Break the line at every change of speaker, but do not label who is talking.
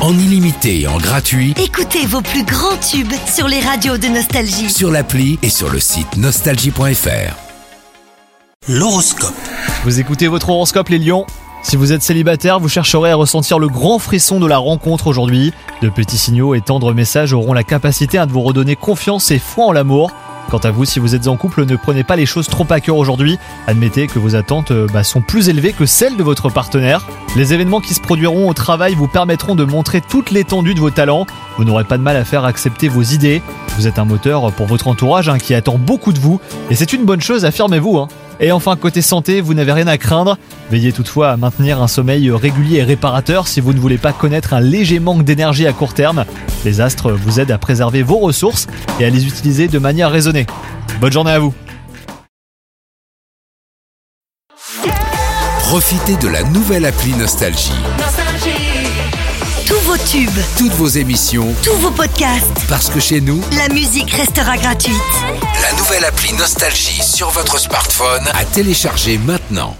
en illimité et en gratuit
Écoutez vos plus grands tubes sur les radios de Nostalgie.
sur l'appli et sur le site nostalgie.fr.
L'horoscope.
Vous écoutez votre horoscope les lions Si vous êtes célibataire, vous chercherez à ressentir le grand frisson de la rencontre aujourd'hui. De petits signaux et tendres messages auront la capacité hein, de vous redonner confiance et foi en l'amour. Quant à vous, si vous êtes en couple, ne prenez pas les choses trop à cœur aujourd'hui. Admettez que vos attentes euh, bah, sont plus élevées que celles de votre partenaire. Les événements qui se produiront au travail vous permettront de montrer toute l'étendue de vos talents. Vous n'aurez pas de mal à faire accepter vos idées. Vous êtes un moteur pour votre entourage hein, qui attend beaucoup de vous. Et c'est une bonne chose, affirmez-vous. hein. Et enfin, côté santé, vous n'avez rien à craindre. Veillez toutefois à maintenir un sommeil régulier et réparateur si vous ne voulez pas connaître un léger manque d'énergie à court terme. Les astres vous aident à préserver vos ressources et à les utiliser de manière raisonnée. Bonne journée à vous
Profitez de la nouvelle appli Nostalgie.
Tous vos tubes,
Toutes vos émissions,
tous vos podcasts,
parce que chez nous,
la musique restera gratuite.
la nouvelle appli Nostalgie sur votre smartphone à télécharger maintenant.